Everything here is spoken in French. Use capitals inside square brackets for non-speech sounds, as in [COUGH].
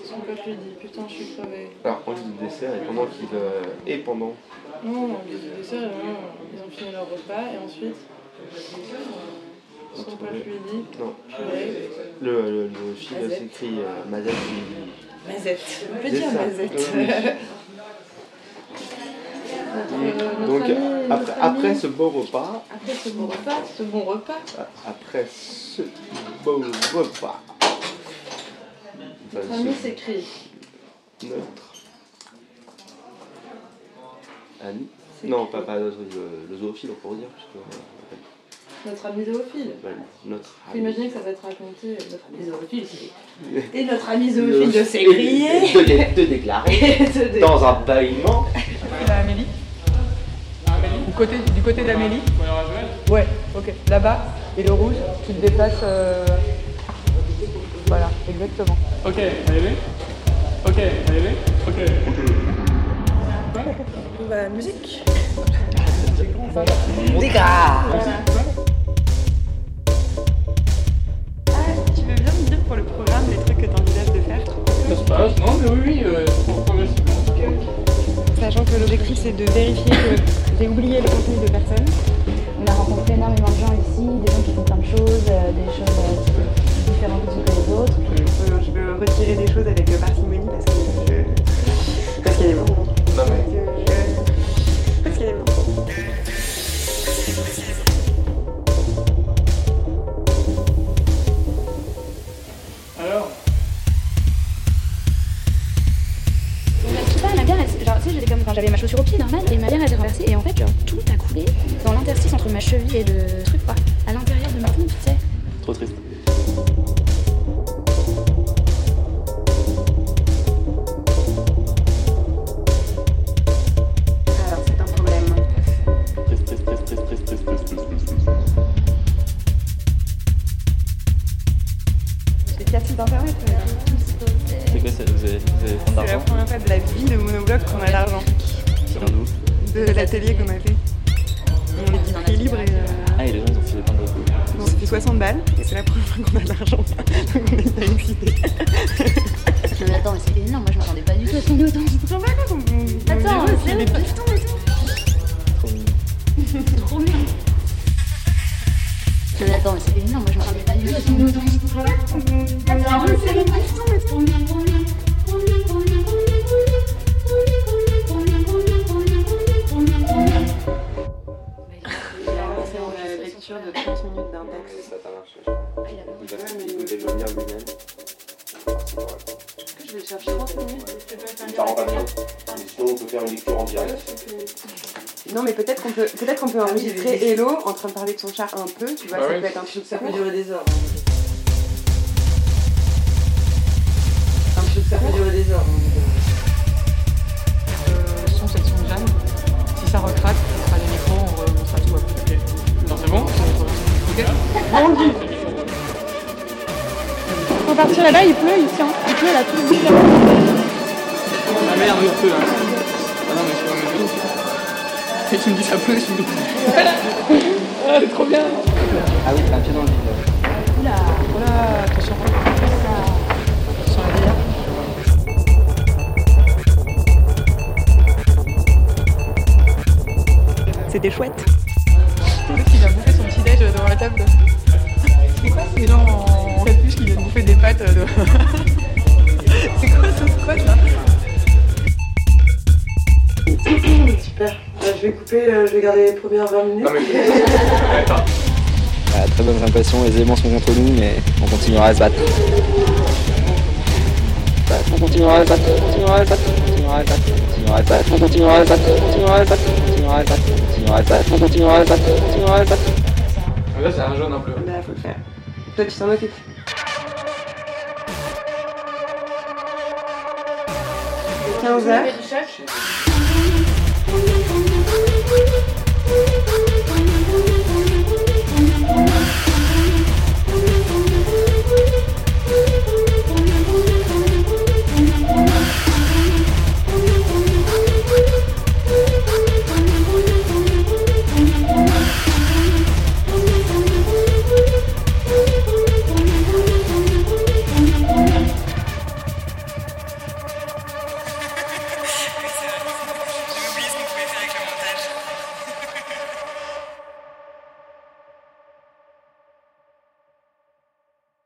je lui dis putain, je suis crevée. Alors, on dit dessert et pendant qu'il. euh, et pendant. Non, on dit des sœurs, non, ils ont fini leur repas et ensuite. Son pote lui dit Non. purée. Le, le, le fil s'écrit euh, Madame. qui- Mazette. On peut C'est dire ça. Mazette. [LAUGHS] Notre, Et Euh, notre Donc, ami, après, notre ami- après ce beau repas. après ce bon repas, ce bon repas, a- Après ce beau repas. notre Enfin, ami ce- s'écrit. Notre. Annie Non, pas, pas notre, le, le zoophile, on peut dire, parce que, euh, Notre ami zoophile. ouais, notre. Faut imaginer que ça va être raconté. euh, Notre ami zoophile, Le- c'est- Et notre ami zoophile de s'écrier. De, dé- de déclarer [LAUGHS] et de- de- dans un bâillement. Amélie du côté, du côté d'Amélie Ouais, ok. Là-bas, et le rouge, tu te dépasses. euh, Voilà, exactement. Ok, t'as aimé Ok, t'as aimé Ok. Bah, musique. Ah, Tu veux bien me dire pour le programme les trucs que t'envisages de faire Ça se passe Non, mais oui, oui, euh, pro- progressivement. sachant que l'objectif c'est de vérifier que j'ai oublié le contenu de personne. On a rencontré énormément de gens ici, des gens qui font plein de choses, euh, des choses euh, différentes les unes des autres. Euh, Je veux retirer des choses avec euh, parcimonie parce que je... Parce qu'elle est bon. Non, mais- Parce qu'elle est bon. Alors Je sais pas, ma bière, elle- genre, tu sais, j'étais comme quand j'avais ma chaussure au pied normale et ma bière elle s'est renversée et en fait, genre, tout a coulé dans l'interstice entre ma cheville et le truc, quoi. À l'intérieur de ma pompe, tu sais. Trop triste. Alors c'est un problème. Triste, triste, triste, triste, triste, triste, triste, triste, triste. J'ai cassé d'internet. C'est quoi ça Vous avez, vous avez plein C'est la d'argent première fois de la vie de monobloc qu'on a l'argent. Ça vient d'où De l'atelier qu'on a fait. On est libre et euh, Ah, et les gens, ils ont filé plein de on s'est fait 60 balles et c'est la première fois qu'on a l'argent. [LAUGHS] Donc on est pas excité. Non, mais attends, mais c'est énorme, moi je m'attendais pas du tout à ce qu'on autant. J'en pas quand on on- Attends, on dirait qu'il y a c'est- des pistons et tout. Trop mignon. Trop bien. Non, mais attends, mais c'est énorme, moi je m'attendais pas du tout à ce qu'on autant. On dirait qu'il y a des pistons et tout. C'est en euh, la lecture de 30 minutes d'un texte. Ça, ça marche. Il va se il va devenir lui-même. Je vais chercher 30 minutes. Il part en bateau. Sinon, on peut faire une lecture en direct. Non mais peut-être qu'on peut peut-être Ah qu'on peut enregistrer Hello en train de parler de son chat un peu, tu vois, Ah Bah ça oui. peut être un truc ça Ça peut court. durer des heures. hein. Un truc Ça peut durer des heures. hein. son section de jam. Si ça recraque, on fera des micros, on remonte ça tout après. Non, c'est bon On va partir là-bas, il pleut ici, hein. il pleut là tout le monde. Ah merde, il pleut, hein. Ah non, mais je suis en mode ouf. Et tu me dis ça pleut, je me dis... Ah, c'est trop bien Ah oui, un pied dans le vide. Voilà, attention. Attention à la bière. C'était chouette. Il a bouffé son petit déj euh, devant la table. C'est quoi ces gens en capuche qui viennent bouffer des pâtes euh, de... [LAUGHS] C'est quoi ce quoi ça Super. Bah, je vais couper, euh, je vais garder les premières 20 minutes. Bah, très bonne impression, les éléments sont contre nous, mais on continuera à se battre. Bah, On continuera à se battre, on continuera à se battre, on continuera à se battre, on continuera à se battre, on continuera à se battre, on continuera à se battre, on continuera à se battre, on continuera à se battre, on continuera à se battre, on continuera à se battre. Là, c'est un jaune un peu. Bah faut le faire. Toi tu t'en occupes. C'est 15h.